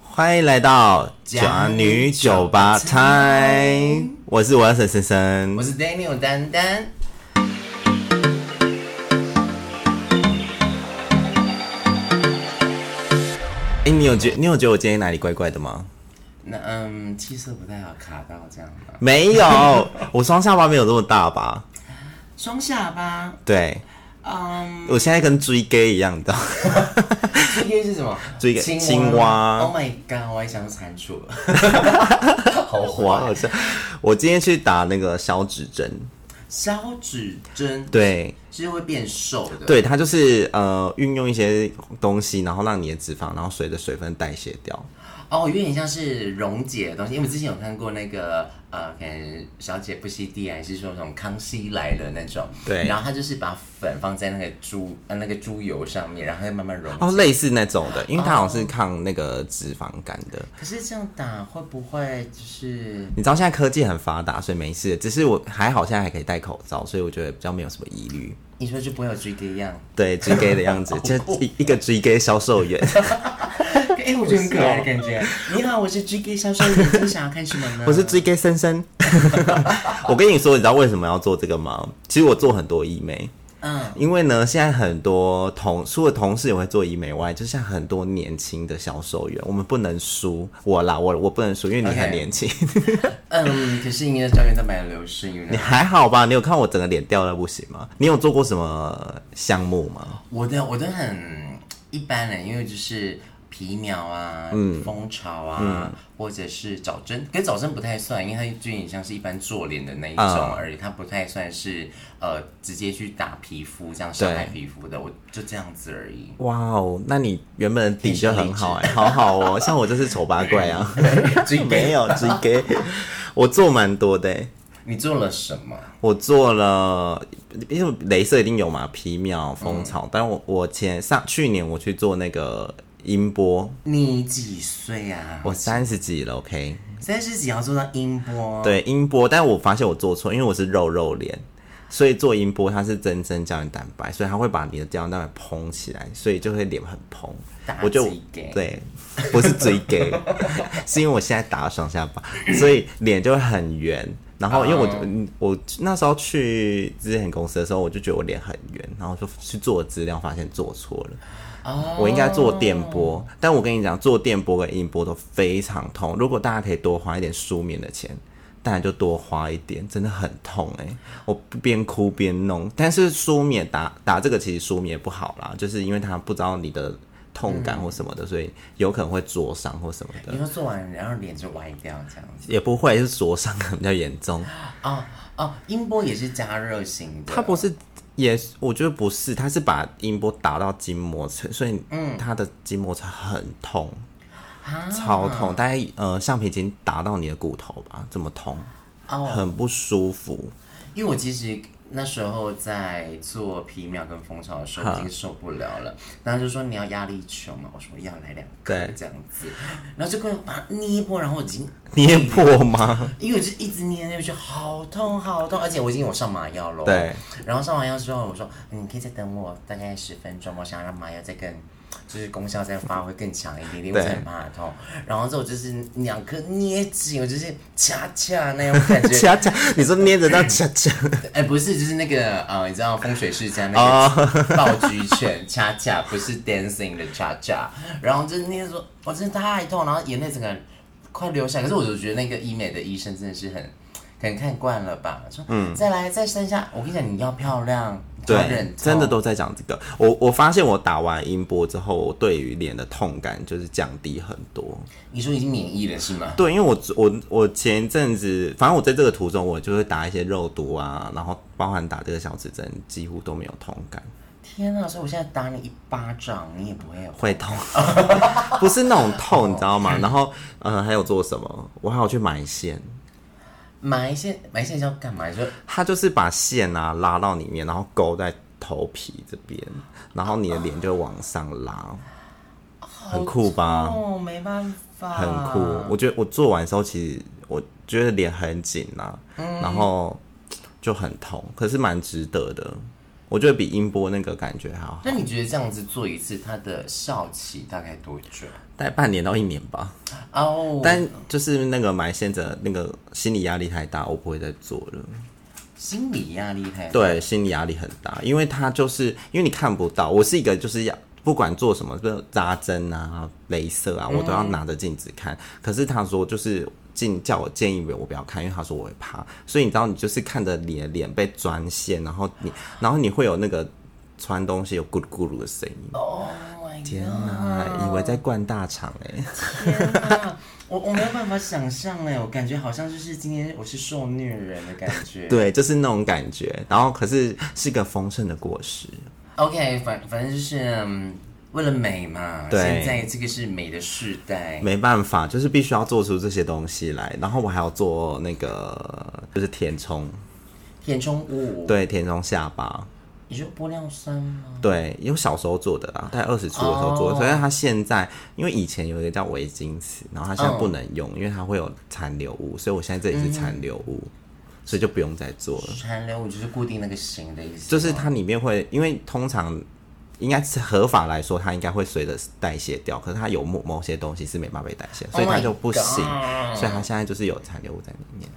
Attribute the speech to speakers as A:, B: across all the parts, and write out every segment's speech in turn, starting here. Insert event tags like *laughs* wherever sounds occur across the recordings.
A: 欢迎来到假女酒吧 time，我是我要沈森森
B: 我。是 Daniel 丹丹。
A: 哎、你有觉你有觉得我今天哪里怪怪的吗？
B: 那嗯，气色不太好，卡到这样啊吗？
A: 没有，我双下巴没有这么大吧？
B: 双下巴，
A: 对，
B: 嗯，
A: 我现在跟追 gay 一样的。
B: 这个是什么？
A: 这个
B: 青
A: 青蛙
B: Oh my god！我还想蟾蜍了，好
A: 我好像我今天去打那个消脂针，
B: 消脂针
A: 对
B: 是会变瘦的。，
A: 对，它就是呃运用一些东西，然后让你的脂肪，然后随着水分代谢掉。
B: 哦，有点像是溶解的东西，因为我之前有看过那个呃，可能小姐不吸地啊，还是说那种康熙来了那种，
A: 对
B: 然后她就是把粉放在那个猪呃那个猪油上面，然后它就慢慢溶解。
A: 哦，类似那种的，因为它好像是抗那个脂肪肝的。
B: 可是这样打会不会就是
A: 你知道现在科技很发达，所以没事。只是我还好，现在还可以戴口罩，所以我觉得比较没有什么疑虑。
B: 你说就不会有追 K 样？
A: 对 G gay 的样子，
B: *laughs*
A: 就
B: 哦
A: 一一个 G gay 销售员。
B: 哎、我觉得很可爱的感觉。你好，我是 G K 销售员，你想要看什么呢？
A: *laughs* 我是 G gay 森森。我跟你说，你知道为什么要做这个吗？其实我做很多医美，
B: 嗯，
A: 因为呢，现在很多同除了同事也会做医美外，就像很多年轻的销售员，我们不能输。我啦，我我不能输，因为你很
B: OK
A: 年轻 *laughs*
B: 嗯，可是你的胶原蛋白的流失，因
A: 你
B: 为
A: 还好吧？你有看我整个脸掉到不行吗？你有做过什么项目吗？
B: 我的我都很一般嘞，因为就是皮秒啊、
A: 嗯
B: 蜂巢啊，或者是早针，可是早针不太算，因为它就有点像是一般做脸的那一种
A: 嗯
B: 而已，它不太算是呃直接去打皮肤这样伤害皮肤的，
A: 嗯
B: 我就这样子而已。
A: *laughs* 哇哦，那你原本的底就很好哎、好好哦。像我就是丑八怪啊，
B: G
A: *laughs* 没
B: K，
A: 有直给。我做蛮多的、欸，
B: 你做了什么？
A: 我做了，因为镭射一定有嘛，皮秒、蜂巢，但我我前上去年我去做那个音波，
B: 你几岁啊？
A: 我三十几了，OK，
B: 三十几要做到音波，，
A: 对音波，但我发现我做错，因为我是肉肉脸。所以做音波，它是增生胶原蛋白，所以它会把你的胶原蛋白膨起来，所以就会脸很膨。
B: 打
A: 我就
B: 几给，
A: 对，不是嘴给， *laughs* 是因为我现在打了双下巴，所以脸就会很圆。然后因为我、嗯我那时候去之前公司的时候，我就觉得我脸很圆，然后就去做资料，发现做错了。
B: 哦
A: 我应该做电波，但我跟你讲，做电波跟音波都非常痛。如果大家可以多花一点舒眠的钱，当然就多花一点，真的很痛哎、我边哭边弄，但是舒眠打打这个其实舒眠不好啦，就是因为他不知道你的痛感或什么的，所以有可能会灼伤或什么的
B: 你，说做完然后脸就歪掉这样子，
A: 也不会是灼伤可能比较严重。
B: 哦哦，音波也是加热型的，
A: 它不是，也我觉得不是，它是把音波打到筋膜层，所以它的筋膜层很痛。
B: 嗯啊
A: 超痛，大概呃橡皮筋打到你的骨头吧，这么痛，
B: 哦，
A: 很不舒服。
B: 因为我其实那时候在做皮秒跟蜂巢的时候已经受不了了，然后就说你要压力球嘛，我说要来两个
A: 对
B: 这样子，然后就跟我把它捏破，然后我已经
A: 捏破吗？
B: 因为我就一直捏那个，就好痛好痛，而且我已经有上麻药了。
A: 对。
B: 然后上完药之后，我说嗯你可以再等我大概十分钟，我想让麻药再更，就是功效再发挥更强一点点，我
A: 对
B: 是很怕痛。然后之后就是两颗捏紧，我就是掐掐那种感觉。
A: 掐掐，你说捏着
B: *laughs*
A: 那掐掐，
B: 哎，不是，就是那个呃，你知道风水世家那
A: 哦
B: 个爆菊拳恰恰，不是 dancing 的恰恰。然后就是那个时候，我真的太痛，然后眼泪整个快流下来。可是我就觉得那个医美的医生真的是很，可能看惯了吧，说嗯，再来再生一下。我跟你讲，你要漂亮，你要
A: 对
B: 忍，痛
A: 真的都在讲这个。我我发现我打完音波之后，我对于脸的痛感就是降低很多。
B: 你说已经免疫了是吗？
A: 对，因为我我我前一阵子，反正我在这个途中，我就会打一些肉毒啊，然后包含打这个小指针，几乎都没有痛感。
B: 天啊！所以我现在打你一巴掌，你也不会有。
A: 会痛， *laughs* 不是那种痛，你知道吗？然后，嗯、还有做什么？我还有去买线，
B: 埋线埋线是要干嘛？你说
A: 它就是把线啊拉到里面，然后勾在头皮这边，然后你的脸就往上拉，很酷吧？
B: 哦，没办法，
A: 很酷。
B: 啊
A: 我觉得我做完之后，其实我觉得脸很紧啊，然后就很痛，可是蛮值得的。我觉得比音波那个感觉还好，
B: 那你觉得这样子做一次，它的效期大概多久？
A: 大概半年到一年吧。
B: 哦，
A: 但就是那个埋线者那个心理压力太大，我不会再做了。
B: 心理压力太大，
A: 对，心理压力很大，因为他就是因为你看不到，我是一个就是要不管做什么，比如扎针啊、镭射
B: 嗯
A: 啊，我都要拿着镜子看。可是他说就是进叫我建议我不要看，因为他说我会怕，所以你知道你就是看着你的脸被钻线，然后你然后你会有那个穿东西有咕噜咕噜的声音。
B: ，Oh my
A: 天
B: god！
A: 哪，以为在灌大肠哎、
B: 天哪，我我没有办法想象哎，我感觉好像就是今天我是受虐人的感觉。
A: 对，就是那种感觉。然后可是是个丰盛的果实，
B: OK，反反正就是、嗯为了美嘛。
A: 对
B: 现在这个是美的时代。
A: 没办法，就是必须要做出这些东西来。然后我还要做那个，就是填充，
B: 填充物，，
A: 对，填充下巴，
B: 你说玻尿酸吗？
A: 对，因为小时候做的啦，在二十出的时候做的，
B: 哦
A: 所以他现在因为以前有一个叫维金词，然后他现在不能用，因为它会有残留物，所以我现在这里是残留物，所以就不用再做了。
B: 残留物就是固定那个型的意思吗，
A: 就是它里面会，因为通常应该是合法来说，它应该会随着代谢掉，可是它有某某些东西是没办法被代谢，所以
B: Oh my
A: 它就不行
B: God
A: 所以它现在就是有残留物在里面。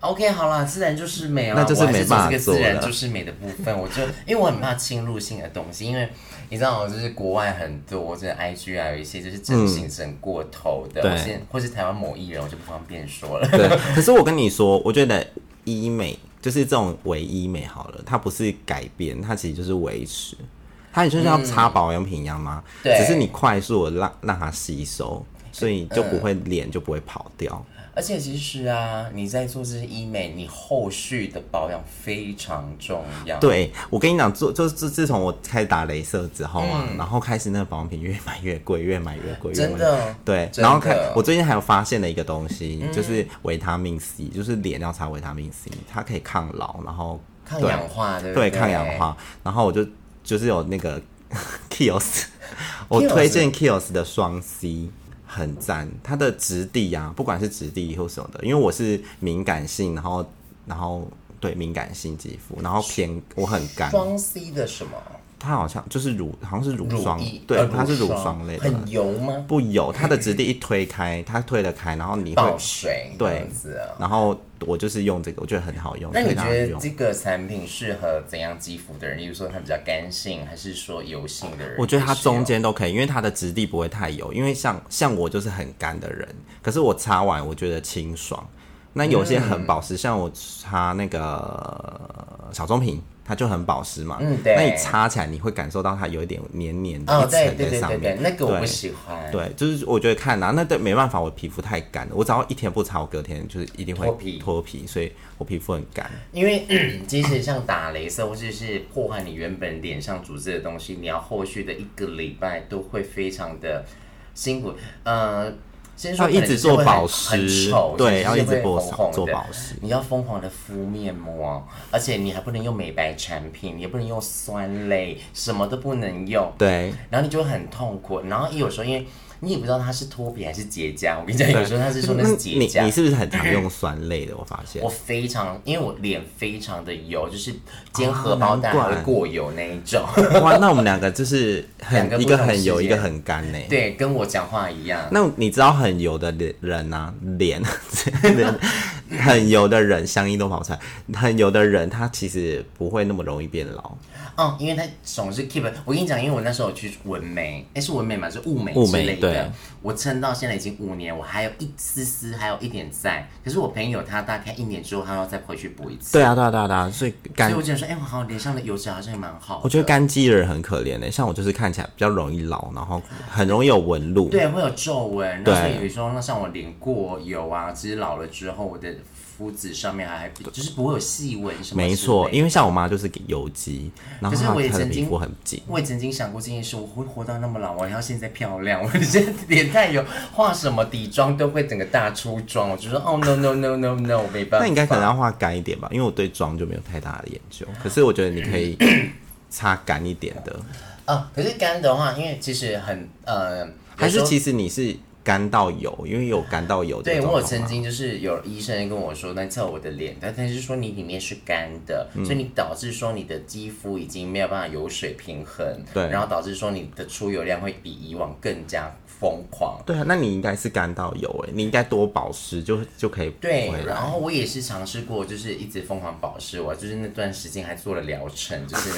B: OK，好啦，自然就是美啊，
A: 那就是
B: 我还
A: 没办法
B: 做这个
A: 做
B: 自然
A: 了
B: 就是美的部分。我就因为我很怕侵入性的东西，因为你知道，我就是国外很多，就是 IG 啊，有一些就是整形整过头的，
A: 对
B: 或是或是台湾某艺人，我就不方便说
A: *laughs*
B: 了。
A: 对，可是我跟你说，我觉得医美就是这种唯医美好了，它不是改变，它其实就是维持。它也就是要擦保养品一样吗？
B: 对
A: 只是你快速的让让它吸收，所以就不会脸就不会跑掉。
B: 而且其实啊，你在做这些医美，你后续的保养非常重要。，
A: 对，我跟你讲，做就是自自从我开始打镭射之后啊，然后开始那个保养品越买越贵，越买越贵，越买
B: 嗯真的
A: 对。
B: 真的嗯
A: 然后看我最近还有发现了一个东西，就是维他命 C，就是脸要擦维他命 C，它可以抗老，然后
B: 抗
A: 对
B: 氧化，对不
A: 对
B: 对？
A: 抗氧。化。然后我就就是有那个 *laughs*
B: *laughs*
A: Kios，我
B: Kiehl's
A: 推荐 Kios 的双 C。很赞，它的质地啊，不管是质地或什么的，因为我是敏感性，然后然后对敏感性肌肤，然后偏我很干，
B: 双 C 的什么
A: 它好像就是乳，好像是乳
B: 乳
A: 霜
B: 液？，
A: 对，
B: 呃
A: 它是乳
B: 霜
A: 霜类的，
B: 很油吗？
A: 不油，它的质地一推开，它推得开，然后你会
B: 爆，水，这
A: 对
B: 样子啊。
A: 然后我就是用这个，我觉得很好用，
B: 那
A: 推
B: 你
A: 大
B: 觉
A: 家
B: 得
A: 用
B: 这。个产品适合怎样肌肤的人？例如说，他比较干性，还是说油性的人？
A: 我觉得它中，间都可以，因为它的质地不会太油，因为像像我就是很干的人，可是我擦完我觉得清爽。那有些很保湿，像我擦那个小棕瓶，它就很保湿嘛。
B: 嗯对
A: 那你擦起来你会感受到它有一点黏黏的
B: 哦
A: 一，
B: 对
A: 层
B: 对
A: 在
B: 对
A: 上
B: 对对
A: 面，。
B: 那个我不
A: 对
B: 喜欢，
A: 对，就是我觉得看啦、啊那对没办法，我皮肤太干了，我只要一天不擦，我隔天就是一定会
B: 脱皮
A: 脱皮，所以我皮肤很干。
B: 因为 *clears throat* 嗯即使像打镭射或者是破坏你原本脸上组织的东西，你要后续的一个礼拜都会非常的辛苦，呃。先说
A: 要一
B: 可能
A: 直
B: 就是会
A: 做
B: 很
A: 保
B: 很
A: 湿
B: 丑，，
A: 对，
B: 就
A: 要
B: 是
A: 一直
B: 会
A: 做
B: 红红
A: 做
B: 的
A: 保湿。
B: 你要疯狂的敷面膜，而且你还不能用美白产品，你也不能用酸类，什么都不能用。
A: 对，
B: 然后你就会很痛苦。然后有时候因为你也不知道它是脱皮还是结痂，我跟你讲，有时候他是说哦那是结
A: 嗯你
B: 痂
A: 你。是不是很常用酸类的？我发现
B: *laughs* 我非常，因为我脸非常的油，就是煎荷包蛋
A: 啊难
B: 还
A: 怪
B: 会过油那一种。
A: 哇，哦那我们两个就是
B: 两
A: 很
B: 个不
A: 一个
B: 同
A: 很油，
B: 世
A: 一
B: 界
A: 个很干呢、
B: *laughs* 对，跟我讲话一样。
A: 那你知道很油的脸人啊，脸 *laughs* 脸很油的人，乡音都跑出来。很油的人，他其实不会那么容易变老。
B: 嗯，因为他总是 keep。我跟你讲，因为我那时候有去纹眉，哎，是纹眉嘛，是雾眉
A: 雾
B: 之
A: 眉
B: 类
A: 对
B: 的。我撑到现在已经五年，我还有一丝丝，还有一点在。可是我朋友他大概一年之后，他要再回去补一次。
A: 对啊，对啊，对啊，对啊，所以
B: 所
A: 干
B: 以我只能说，哎、我好像脸上的油脂好像也蛮好的。
A: 我觉得干肌的人很可怜的、像我就是看起来比较容易老，然后很容易有纹路。
B: 对，会有皱纹。
A: 对
B: 那所以有时候，那像我脸过油啊，其实老了之后，我的肤质上面还就是不会有细纹什么。
A: 没错，。因为像我妈就是油肌，然后
B: 可是我也
A: 她她的
B: 曾
A: 皮
B: 经
A: 肤很紧。
B: 我也曾经想过这件事，我会活到那么老，我还要现在漂亮，我现在脸太油，化什么底妆都会整个大出妆。我就说，哦 no no no no no，没办法。
A: 那应该可能要画干一点吧，因为我对妆就没有太大的研究。可是我觉得你可以擦干一点的，
B: 啊，可是干的话，因为其实很呃，
A: 还
B: 有时
A: 是
B: 候
A: 其实你是干到油，因为有干到油这
B: 对
A: 个状
B: 我有
A: 况
B: 曾
A: 嘛。
B: 经就是有医生跟我说，那测我的脸，但他是说你里面是干的，所以你导致说你的肌肤已经没有办法油水平衡，
A: 对
B: 然后导致说你的出油量会比以往更加疯狂。
A: 对啊，那你应该是干到油哎，你应该多保湿就就可以
B: 对
A: 回，来
B: 然后我也是尝试过，就是一直疯狂保湿我，就是那段时间还做了疗程， *laughs* 就是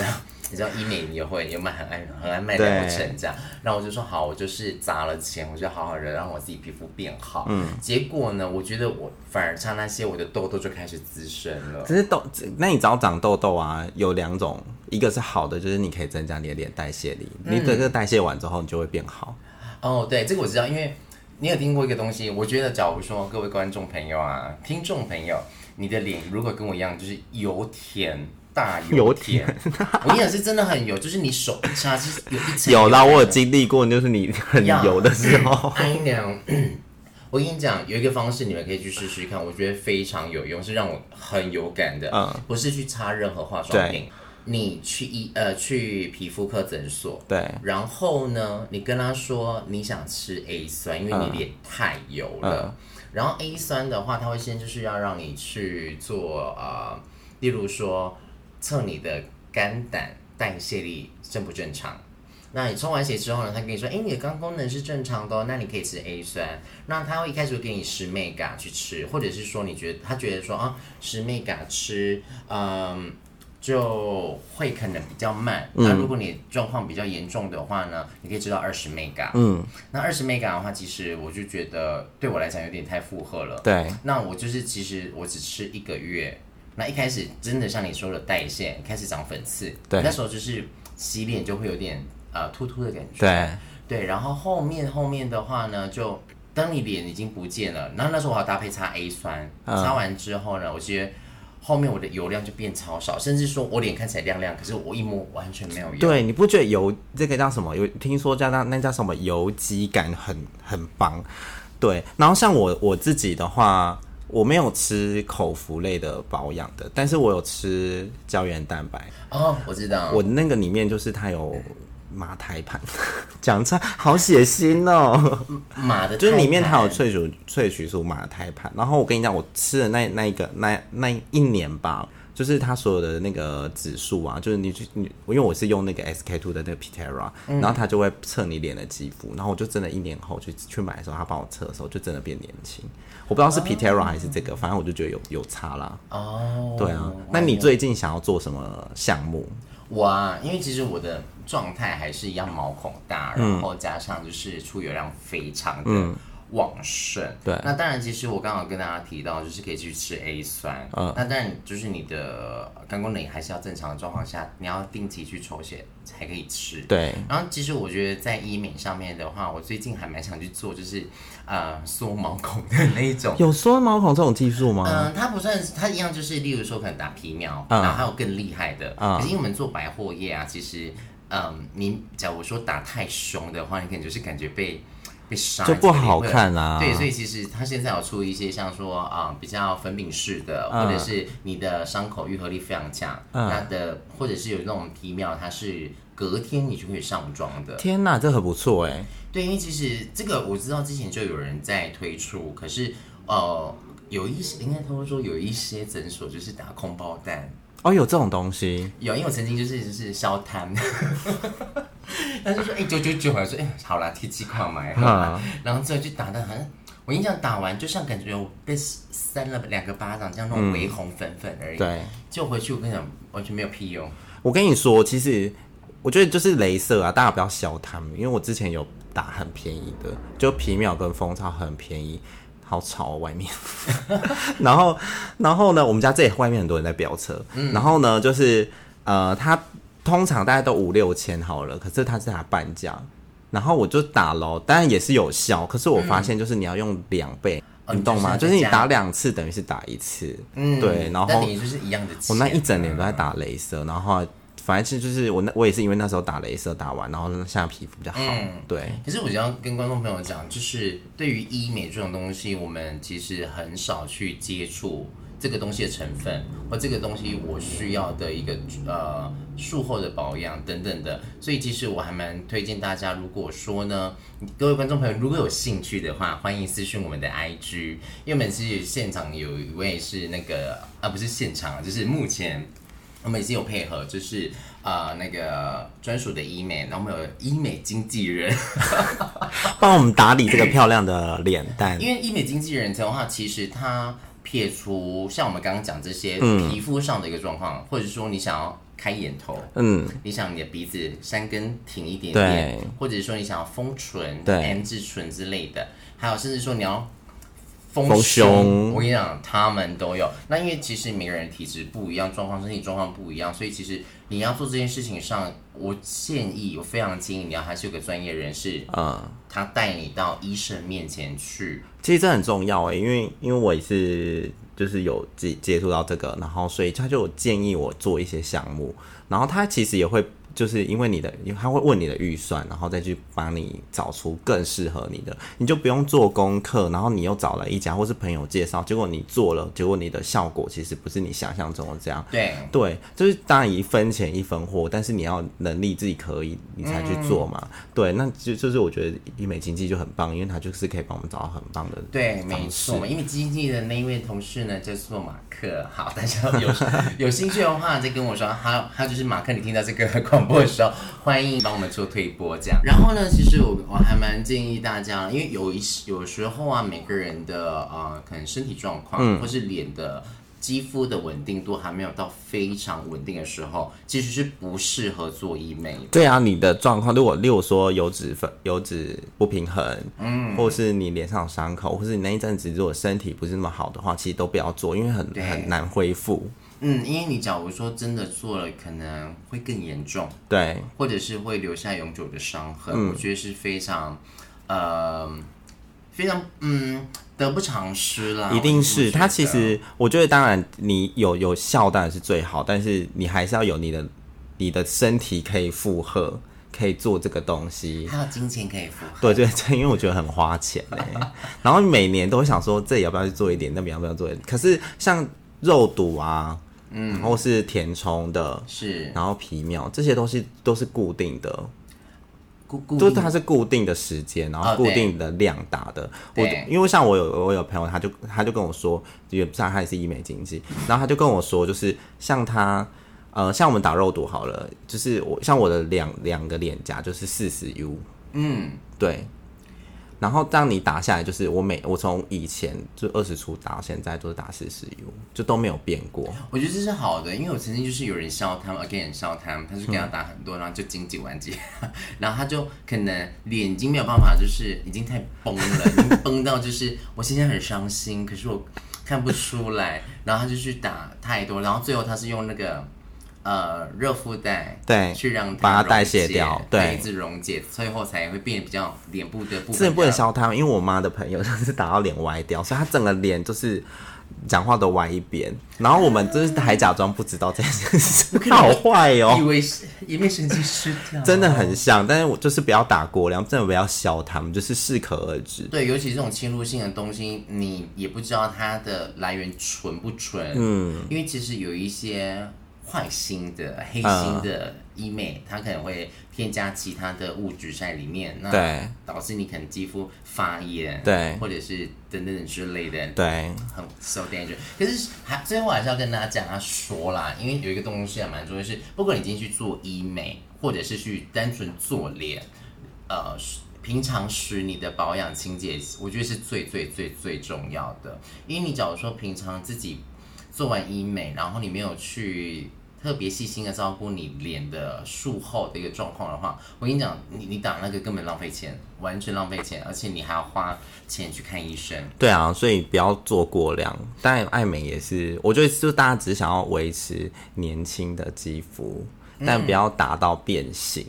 B: 你知道医美也会有卖很爱很爱卖疗程这样，然后我就说好，我就是砸了钱，我就好好的让我自己皮肤变好。嗯，结果呢，我觉得我反而擦那些我的痘痘就开始滋生了。
A: 只是痘，那你只要长痘痘啊，有两种，一个是好的，就是你可以增加你的脸代谢力，
B: 嗯
A: 你整个代谢完之后，你就会变好。
B: 哦，对，这个我知道，因为你有听过一个东西，我觉得假如说各位观众朋友啊、听众朋友，你的脸如果跟我一样，就是油田。大油
A: 油
B: 田，我跟你讲是真的很油，就是你手一擦就是 *laughs* 有一层
A: 有啦，
B: 油
A: 我有经历过，就是你很
B: 呀
A: 油的时
B: *laughs*
A: 候，
B: I know *clears throat* 我跟你讲，有一个方式你们可以去试试看，我觉得非常有用，是让我很有感的。
A: 嗯，
B: 不是去擦任何化妆品
A: 对，
B: 你去医呃去皮肤科诊所，
A: 对，
B: 然后呢，你跟他说你想吃 A 酸，因为你脸太油了。然后 A 酸的话，他会先就是要让你去做呃，例如说测你的肝胆代谢力正不正常。那你充完血之后呢，他跟你说，哎，你的肝功能是正常的、哦，那你可以吃 A 酸。那他会一开始会给你十妹嘎去吃，或者是说你觉得他觉得说啊，十妹嘎吃，嗯，就会可能比较慢。那如果你状况比较严重的话呢，你可以吃到二十 mega。嗯，那二十 mega 的话，其实我就觉得对我来讲有点太负荷了。
A: 对，
B: 那我就是其实我只吃一个月，那一开始真的像你说的代谢开始长粉刺，
A: 对
B: 那时候就是洗脸就会有点呃突突的感觉，
A: 对，
B: 对，然后后面后面的话呢，就当你脸已经不见了，然后那时候我还搭配擦 A 酸，
A: 嗯
B: 擦完之后呢，我觉得后面我的油量就变超少，甚至说我脸看起来亮亮，可是我一摸完全没有油，
A: 对，你不觉得油这个叫什么？有听说叫那那叫什么油肌感很很棒，对。然后像我我自己的话，我没有吃口服类的保养的，但是我有吃胶原蛋白，
B: 哦，我知道，
A: 我那个里面就是它有马胎盘， *laughs* 讲出来好血腥哦。
B: 马的
A: 就是里
B: 胎
A: 面它有
B: 盘
A: 萃取萃取出马胎盘，然后我跟你讲，我吃的那那一个那那一年吧，就是它所有的那个指数啊，就是你去你，因为我是用那个 SK two 的那个 Pitera，、然后它就会测你脸的肌肤，然后我就真的一年后去去买的时候，它帮我测的时候就真的变年轻，我不知道是 Pitera 还是这个，反正我就觉得有有差啦。
B: 哦，
A: 对啊，那你最近想要做什么项目？
B: 我啊，因为其实我的状态还是一样毛孔大，
A: 嗯
B: 然后加上就是出油量非常的旺盛。
A: 对
B: 那当然，其实我刚好跟大家提到，就是可以去吃 A 酸。嗯，那当然就是你的肝功能还是要正常的状况下，你要定期去抽血才可以吃。
A: 对，
B: 然后其实我觉得在医美上面的话，我最近还蛮想去做，就是呃缩毛孔的那一种。
A: 有缩毛孔这种技术吗？
B: 嗯，它不算，它一样就是，例如说可能打皮秒，
A: 嗯
B: 然后还有更厉害的。可是因为我们做百货业啊，其实，嗯，你假如说打太凶的话，你可能就是感觉被被杀，
A: 就不好看啊
B: 对，所以其实它现在有出一些像说啊、比较粉饼式的，
A: 嗯
B: 或者是你的伤口愈合力非常强，
A: 嗯
B: 它的或者是有那种皮秒，它是隔天你就可以上妆的。
A: 天哪，这很不错哎、
B: 对，因为其实这个我知道之前就有人在推出，可是呃，有一些应该他们说有一些诊所就是打空包蛋，
A: 哦，有这种东西。
B: 有，因为我曾经就是就是消摊， *laughs* 他就说哎九九九，我说哎、好啦，贴几块买，
A: 嗯
B: *laughs* 然后之后就打的很。我印象打完就像感觉我被扇了两个巴掌，这样那种微红粉粉而已。
A: 嗯对，
B: 就回去我跟你讲，完全没有屁用。
A: 我跟你说，其实我觉得就是镭射啊，大家不要笑他们，因为我之前有打很便宜的，就皮秒跟蜂巢很便宜，好吵、哦、外面。然后，然后呢，我们家这里外面很多人在飙车，然后呢，就是呃，它通常大概都五六千好了，可是它是打半价。然后我就打咯，当然也是有效，可是我发现就是你要用两倍，
B: 哦
A: 你懂吗？
B: 你就
A: 就是是你
B: 在家
A: 打两次等于是打一次，
B: 嗯，
A: 对。然后
B: 但你就是一样的钱。
A: 我那一整年
B: 啊
A: 都在打镭射，然后反正就是我那我也是因为那时候打镭射打完，然后现在皮肤比较好。
B: 嗯
A: 对，
B: 可是我想要跟观众朋友讲，就是对于医美这种东西，我们其实很少去接触这个东西的成分，或这个东西我需要的一个呃术后的保养等等的。所以其实我还蛮推荐大家，如果说呢，各位观众朋友如果有兴趣的话，欢迎私讯我们的 IG，因为我们是现场有一位是那个啊不是现场啊，就是目前。我们已经有配合，就是呃那个专属的医美，然后我们有医美经纪人，
A: 帮我们打理这个漂亮的脸蛋。
B: 因为医美经纪人的话，其实他撇除像我们刚刚讲这些皮肤上的一个状况，或者说你想要开眼头，
A: 嗯，
B: 你想你的鼻子山根挺一点
A: 对，
B: 点或者说你想要丰唇、
A: 对
B: M 字唇之类的，还有甚至说你要丰
A: 丰
B: 胸，
A: 胸
B: 我跟你讲，他们都有。那因为其实每个人体质不一样，状况身体状况不一样，所以其实你要做这件事情上，我建议，我非常建议你要还是有个专业人士，
A: 嗯，
B: 他带你到医生面前去。
A: 其实这很重要哎，因为因为我也是就是有接接触到这个，然后所以他就有建议我做一些项目，然后他其实也会就是因为你的，他会问你的预算，然后再去帮你找出更适合你的，你就不用做功课，然后你又找了一家或是朋友介绍，结果你做了，结果你的效果其实不是你想象中的这样，
B: 对，
A: 对，就是当然一分钱一分货，但是你要能力自己可以，你才去做嘛。
B: 嗯
A: 对，那就就是我觉得医美经济就很棒，因为它就是可以帮我们找到很棒的
B: 对，
A: 方
B: 没
A: 式
B: 错，。因为经纪的那一位同事呢叫做马克，好，大家
A: *laughs*
B: 有有兴趣的话再跟我说，他他就是马克，你听到这个广播的时候，欢迎帮我们做推播这样。然后呢，其实我我还蛮建议大家，因为有一些有时候啊，每个人的呃可能身体状况、
A: 嗯
B: 或是脸的。肌肤的稳定度还没有到非常稳定的时候，其实是不适合做医美的
A: 对啊，你的状况，如果例如说油脂分油脂不平衡，嗯，或是你脸上有伤口，或是你那一阵子如果身体不是那么好的话，其实都不要做，因为很
B: 对
A: 很难恢复。
B: 嗯，因为你假如说真的做了，可能会更严重，
A: 对，
B: 或者是会留下永久的伤痕，
A: 嗯
B: 我觉得是非常，呃，非常嗯得不偿失啦。
A: 一定
B: 啊我
A: 是
B: 觉得
A: 它其实，我觉得当然你有有效当然是最好，但是你还是要有你的你的身体可以负荷，可以做这个东
B: *laughs*
A: 西。
B: 还有金钱可以付。
A: 对对对，因为我觉得很花钱欸 *laughs* 然后每年都会想说这里要不要去做一点，那边要不要做一点。可是像肉毒啊，嗯，或是填充的，
B: 是
A: 然后皮秒这些东西都是固定的，
B: 固固
A: 就
B: 定
A: 是它是固定的时间，然后
B: 哦
A: 固
B: 对
A: 定的量打的。
B: 对
A: 我因为像我有我有朋友，他就他就跟我说，也不是啊他也是医美经济，然后他就跟我说，就是像他呃像我们打肉毒好了，就是我像我的两两个脸颊就是四十 U，
B: 嗯，
A: 对。然后当你打下来，就是我每我从以前就二十出打到现在都是打四十 U，就都没有变过。
B: 我觉得这是好的，因为我曾经就是有人笑他们，again 笑他们，他就给他打很
A: 嗯
B: 多，然后就经济完结， *laughs* 然后他就可能脸已经没有办法，就是已经太崩了，已经崩到就是我现在很伤心，可是我看不出来， *laughs* 然后他就去打太多，然后最后他是用那个呃热敷袋
A: 对
B: 去让
A: 把它
B: 溶
A: 代谢
B: 解
A: 掉对
B: 一直溶解，最后才会变得比较脸部的部
A: 之前
B: 分
A: 不能
B: 比较
A: 削他们，因为我妈的朋友 *laughs* 就是打到脸歪掉，所以她整个脸就是讲话都歪一边。然后我们就是还假装不知道这件
B: *laughs*
A: 事，好坏
B: 以
A: 哦，
B: 为是颜面神经失调，
A: 真的很像。但是我就是不要打过量，真的不要削他们，就是适可而止。
B: 对，尤其这种侵入性的东西，你也不知道它的来源纯不纯。嗯，因为其实有一些坏心的、黑
A: 啊
B: 心的医美，它可能会添加其他的物质在里面，那
A: 对
B: 导致你可能肌肤发炎，
A: 对
B: 或者是等等之类的。
A: 对，
B: 很 so dangerous。可是还最后还是要跟大家讲，他说啦，因为有一个东西还蛮重要，是不管你今天去做医美，或者是去单纯做脸，呃，平常时你的保养清洁，我觉得是最最最最重要的。因为你假如说平常自己做完医美，然后你没有去。特别细心的照顾你脸的术后的一个状况的话，我跟你讲，你你打那个根本浪费钱，完全浪费钱，而且你还要花钱去看医生。
A: 对啊，所以不要做过量。但爱美也是，我觉得就是大家只想要维持年轻的肌肤，但
B: 嗯
A: 不要达到变形。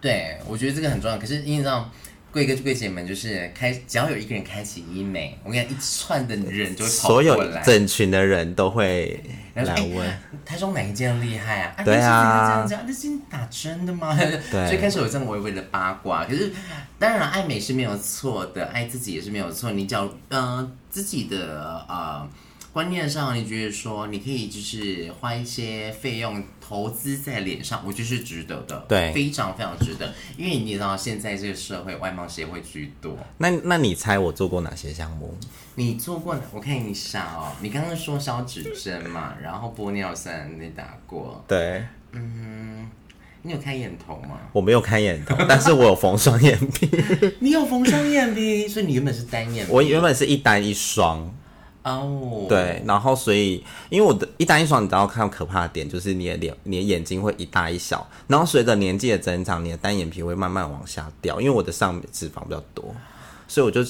B: 对，我觉得这个很重要。可是因为你知道，贵哥贵姐们就是开，只要有一个人开启医美，我跟你讲，一串的人就会跑
A: 所有
B: 过来。
A: 整群的人都会
B: 然后
A: 来
B: 说
A: 问。
B: 哎，台中哪一间厉害啊？啊
A: 对啊
B: 那是这样这样，那是你打针的 *laughs* 吗？所以开始有这种微微的八卦。可是，当然了爱美是没有错的，爱自己也是没有错。你只要嗯、呃自己的呃观念上，你觉得说你可以就是花一些费用投资在脸上，我觉得是值得的，
A: 对
B: 非常非常值得。因为你知道现在这个社会外貌协会居多，
A: 那那你猜我做过哪些项目？
B: 你做过哪？我看一下哦，你刚刚说消脂针嘛，然后玻尿酸你打过，
A: 对
B: 你有开眼头吗？
A: 我没有开眼头， *laughs* 但是我有缝双眼皮。
B: 你有缝双眼皮， *laughs* 所以你原本是单眼皮。
A: *laughs* 我原本是一单一双，
B: 哦，，
A: 对，然后所以因为我的一单一双，你知道看到可怕的点就是你的脸，你的眼睛会一大一小，然后随着年纪的增长，你的单眼皮会慢慢往下掉，因为我的上面脂肪比较多，所以我就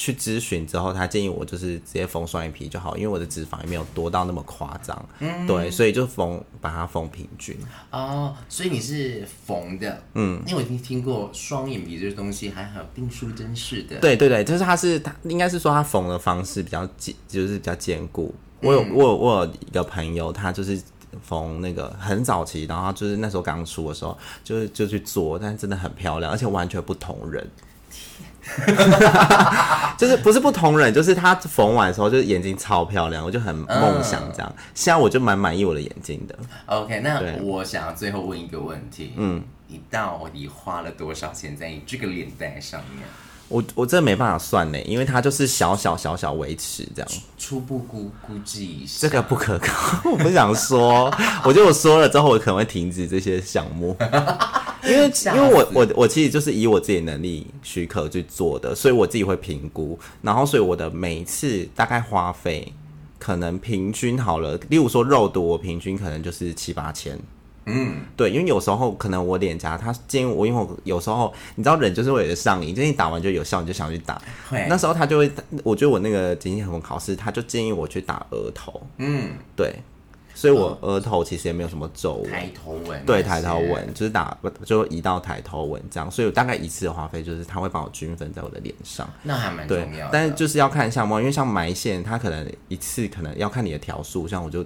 A: 去咨询之后，他建议我就是直接缝双眼皮就好，因为我的脂肪也没有多到那么夸张，对，所以就缝把它缝平均。
B: 哦，所以你是缝的，嗯，因为我已经听过双眼皮这个东西，还好订书针是的，
A: 对对对，就是它是它应该是说它缝的方式比较坚，就是比较坚固。我有我有我有一个朋友，他就是缝那个很早期，然后他就是那时候刚出的时候，就是就去做，但是真的很漂亮，而且完全不同人。就是不是不同人，就是他缝完的时候，就是眼睛超漂亮，我就很梦想这样。现在我就蛮满意我的眼睛的。
B: OK，那
A: 对
B: 我想要最后问一个问题，嗯，你到底花了多少钱在你这个脸蛋上面？
A: 我我真的没办法算呢，因为它就是小小小小维持这样。
B: 初步估估计一下，
A: 这个不可靠，我 *laughs* 不想说。我觉得我说了之后，我可能会停止这些项
B: *laughs*
A: 目，因为
B: 吓
A: 因
B: 死
A: 为我我我其实就是以我自己能力许可去做的，所以我自己会评估，然后所以我的每一次大概花费可能平均好了，例如说肉毒，我平均可能就是七八千。
B: 嗯，
A: 对，因为有时候可能我脸颊，他建议我，因为我有时候你知道人就是会有上瘾，就是你打完就有效，你就想去打。
B: 会，
A: 那时候他就会，我觉得我那个经济很考试，他就建议我去打额头。
B: 嗯，
A: 对，所以我额头其实也没有什么皱纹，
B: 抬头纹，
A: 对，抬头，纹就是打就移到抬头纹这样，所以我大概一次的花费就是他会帮我均分在我的脸上，
B: 那还蛮
A: 对
B: 重要的，，
A: 但是就是要看项目，因为像埋线，它可能一次可能要看你的条数，像我就。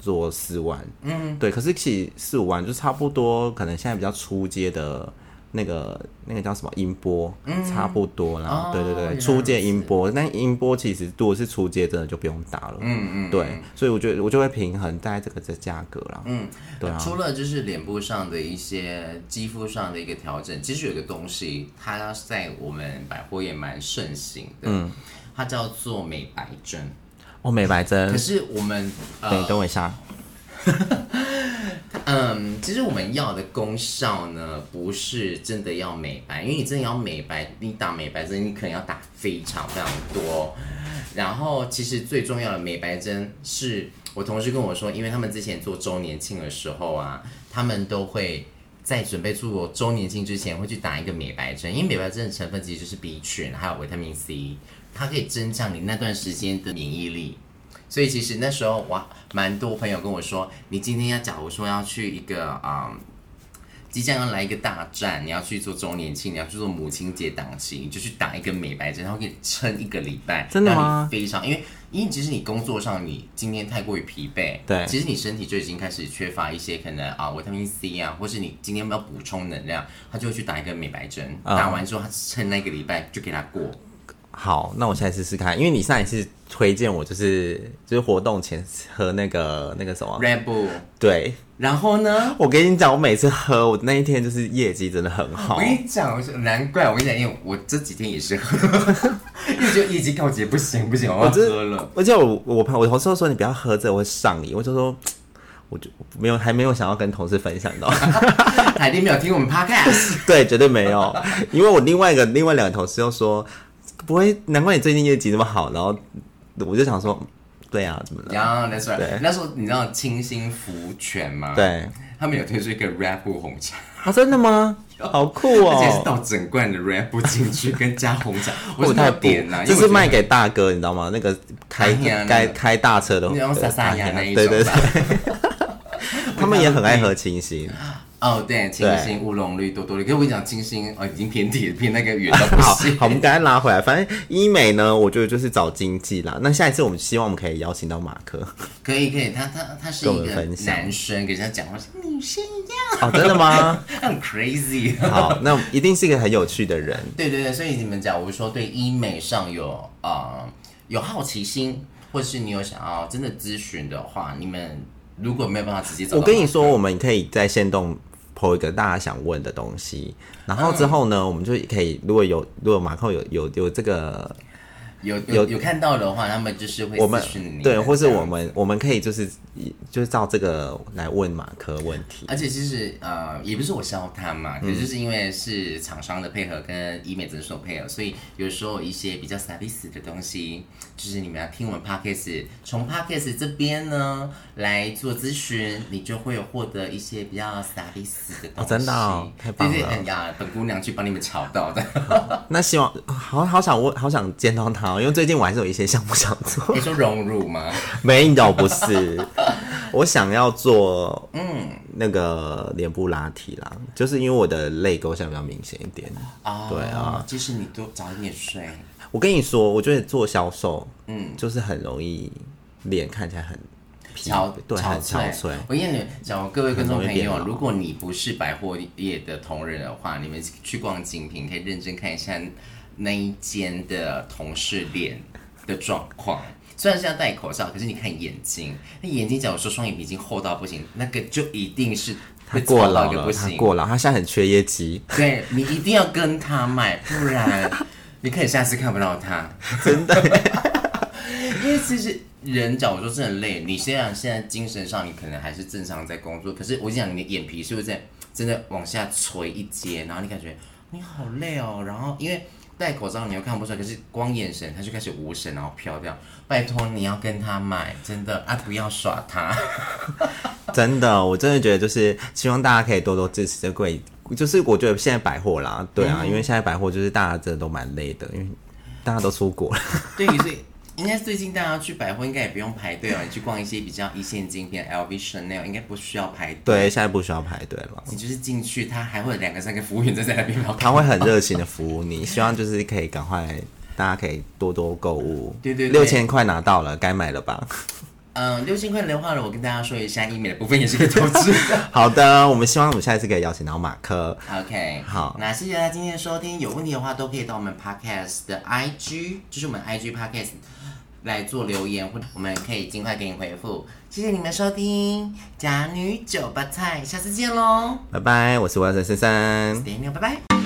A: 做四万，嗯，对，可是其实四五万就差不多，可能现在比较初阶的那个那个叫什么音波，差不多啦，
B: 嗯哦
A: 对对
B: 原来
A: 对，
B: 如
A: 初阶
B: 此
A: 音波，但音波其实如果是初阶，真的就不用打了，
B: 嗯嗯，
A: 对，所以我觉得我就会平衡大概这个这价格啦。
B: 嗯，
A: 对啊，
B: 除了就是脸部上的一些肌肤上的一个调整，其实有个东西它在我们百货也蛮盛行的，嗯，它叫做美白针。
A: 哦，美白针
B: 可，是我们
A: 等
B: 呃
A: 你等我一下，
B: 嗯，其实我们要的功效呢，不是真的要美白，因为你真的要美白，你打美白针，你可能要打非常非常多。然后其实最重要的美白针是我同事跟我说，因为他们之前做周年庆的时候啊，他们都会在准备做周年庆之前会去打一个美白针，因为美白针的成分其实就是 B 群还有维他命 C，它可以增强你那段时间的免疫力。所以其实那时候我蛮多朋友跟我说，你今天要假如说要去一个啊、嗯即将要来一个大战，你要去做周年庆，你要去做母亲节档期，你就去打一个美白针，然后给你撑一个礼拜，
A: 真的吗
B: 让你非常，因为因为其实你工作上你今天太过于疲惫，
A: 对
B: 其实你身体就已经开始缺乏一些可能啊维他命 C 啊，或是你今天要补充能量，他就会去打一个美白针，
A: 啊
B: 打完之后他撑那个礼拜就给他过，
A: 好，那我现在试试看，因为你上一次推荐我就是就是活动前喝那个那个什么，
B: Red Bull，
A: 对
B: 然后呢？
A: 我跟你讲，我每次喝，我那一天就是业绩真的很好
B: 我，跟你讲，我是难怪我跟你讲，因为我这几天也是喝， *laughs* 因为就业绩告捷，不行不行，我要
A: 我真
B: 喝了。
A: 而且我我朋我同事都说你不要喝这个会上瘾，我就说。我就没有，还没有想要跟同事分享到，
B: 海蒂没有听我们
A: *laughs*
B: podcast，*laughs*
A: 对，绝对没有，因为我另外一个另外两个同事又说，不会，难怪你最近业绩那么好，然后我就想说，对啊，怎么了？
B: 然后那时候
A: 对
B: 那时候你知道清新福泉吗？，
A: 对，
B: 他们有推出一个 Red Bull 红茶，
A: 啊，真的吗？好酷
B: 而且是
A: 哦！
B: 倒整罐的 Red Bull 进去跟加红
A: *laughs*
B: 茶，我是没
A: 太
B: 有
A: 补
B: 点啊呐、因
A: 这是
B: 为我觉得
A: 卖给大哥，你知道吗？那个开
B: 哎
A: 开
B: 呀那个
A: 开大车的，
B: 那种撒撒牙那一种
A: 对对
B: 吧 *laughs*
A: 对，他们也很爱喝清新。
B: 哦，对，清新乌龙绿多多绿。可是我跟你讲，清新哦已经偏题偏那个远到不
A: 好
B: 行。
A: 好，我们赶快拉回来。反正医美呢，我觉得就是找经济啦。那下一次我们希望我们可以邀请到马
B: *laughs*
A: 克。
B: 可以可以，他他他是
A: 跟
B: 一
A: 我们
B: 个
A: 分享
B: 男生，可是他讲话像女生一样，
A: 哦，真的吗？
B: 他很 crazy。
A: *laughs*
B: *laughs*
A: 好，那一定是一个很有趣的人。
B: 对对对，所以你们假如说对医美上有呃有好奇心，或是你有想要真的咨询的话，你们如果没有办法直接找到
A: 我跟你说，
B: 马克，
A: 我们可以在线动抛一个大家想问的东西，然后之后呢，我们就可以如果有如果马克有有有这个，
B: 有
A: 有
B: 有有看到的话，他们就是会
A: 我们
B: 咨询你，
A: 对，或是
B: 这样
A: 我们我们可以就是以就是照这个来问马克问题。
B: 而且其实呃，也不是我消他
A: 嗯
B: 嘛，可是就是因为是厂商的配合跟医美诊所配合，所以有时候一些比较 service 的东西，就是你们要听我们 podcast，从 podcast 这边呢来做咨询，你就会有获得一些比较 service 的东西。
A: 哦真的哦太棒了
B: 对对，哎呀，本姑娘去帮你们炒到的。 *laughs*
A: 那希望好好想问，好想见到他哦，因为最近我还是有一些项目 *laughs* 想
B: *laughs*
A: 做。
B: 你说荣辱吗？
A: 没有，不是，我想要做嗯那个脸部拉提啦，就是因为我的泪沟现在比较明显一点。*laughs*
B: 啊、
A: 对啊，
B: 就是你多早一点睡。
A: 我跟你说，我觉得做销售，嗯，就是很容易脸看起来很疲
B: 憔
A: 对，很憔
B: 憔
A: 悴。。
B: 我跟你讲，各位观众
A: 很容易
B: 朋
A: 变
B: 友，
A: 老
B: 如果你不是百货业的同仁的话，你们去逛精品可以认真看一下那一间的同事脸的状况。虽然是要戴口罩，可是你看眼睛，那眼睛假如说双眼皮已经厚到不行，那个就一定是
A: 他
B: 会
A: 过
B: 糙到
A: 劳
B: 一个
A: 了，
B: 不
A: 他
B: 行。
A: 过劳，他现在很缺业绩，
B: 对你一定要跟他买，不然你可能下次看不到他。真 *laughs* 的，因为其实人假如说真的累，你虽然现在精神上你可能还是正常在工作，可是我讲你的眼皮是会在真的往下垂一截，然后你感觉你好累哦，然后因为。戴口罩你又看不出来，可是光眼神他就开始无神，然后飘掉。拜托你要跟他买，真的啊，不要耍他。
A: 真的，我真的觉得就是希望大家可以多多支持这贵，就是我觉得现在百货啦，对啊，
B: 嗯
A: 因为现在百货就是大家真的都蛮累的，因为大家都出国了， *laughs*
B: 对，所以应该最近大家去百货应该也不用排队了，哦你去逛一些比较一线精品，LV、Chanel 应该不需要排队。
A: 对，现在不需要排队了。
B: 你就是进去，他还会有两个三个服务员站在那边帮
A: 他会很热情的服务你，希望就是可以赶快，大家可以多多购物。
B: 对对对
A: 六千块拿到了，该买了吧？ *laughs*
B: 嗯，六千块的话呢，我跟大家说一下，医美的部分也是可以投
A: *laughs*
B: 资的。
A: 好的，我们希望我们下一次可以邀请到马克。
B: OK，
A: 好
B: 那谢谢大家今天的收听，有问题的话都可以到我们 Podcast 的 IG，就是我们 IG Podcast 来做留言，或者我们可以尽快给你回复。谢谢你们收听《假女酒吧菜》，下次见喽
A: 拜拜，我是我森森森。
B: ，Daniel，拜拜。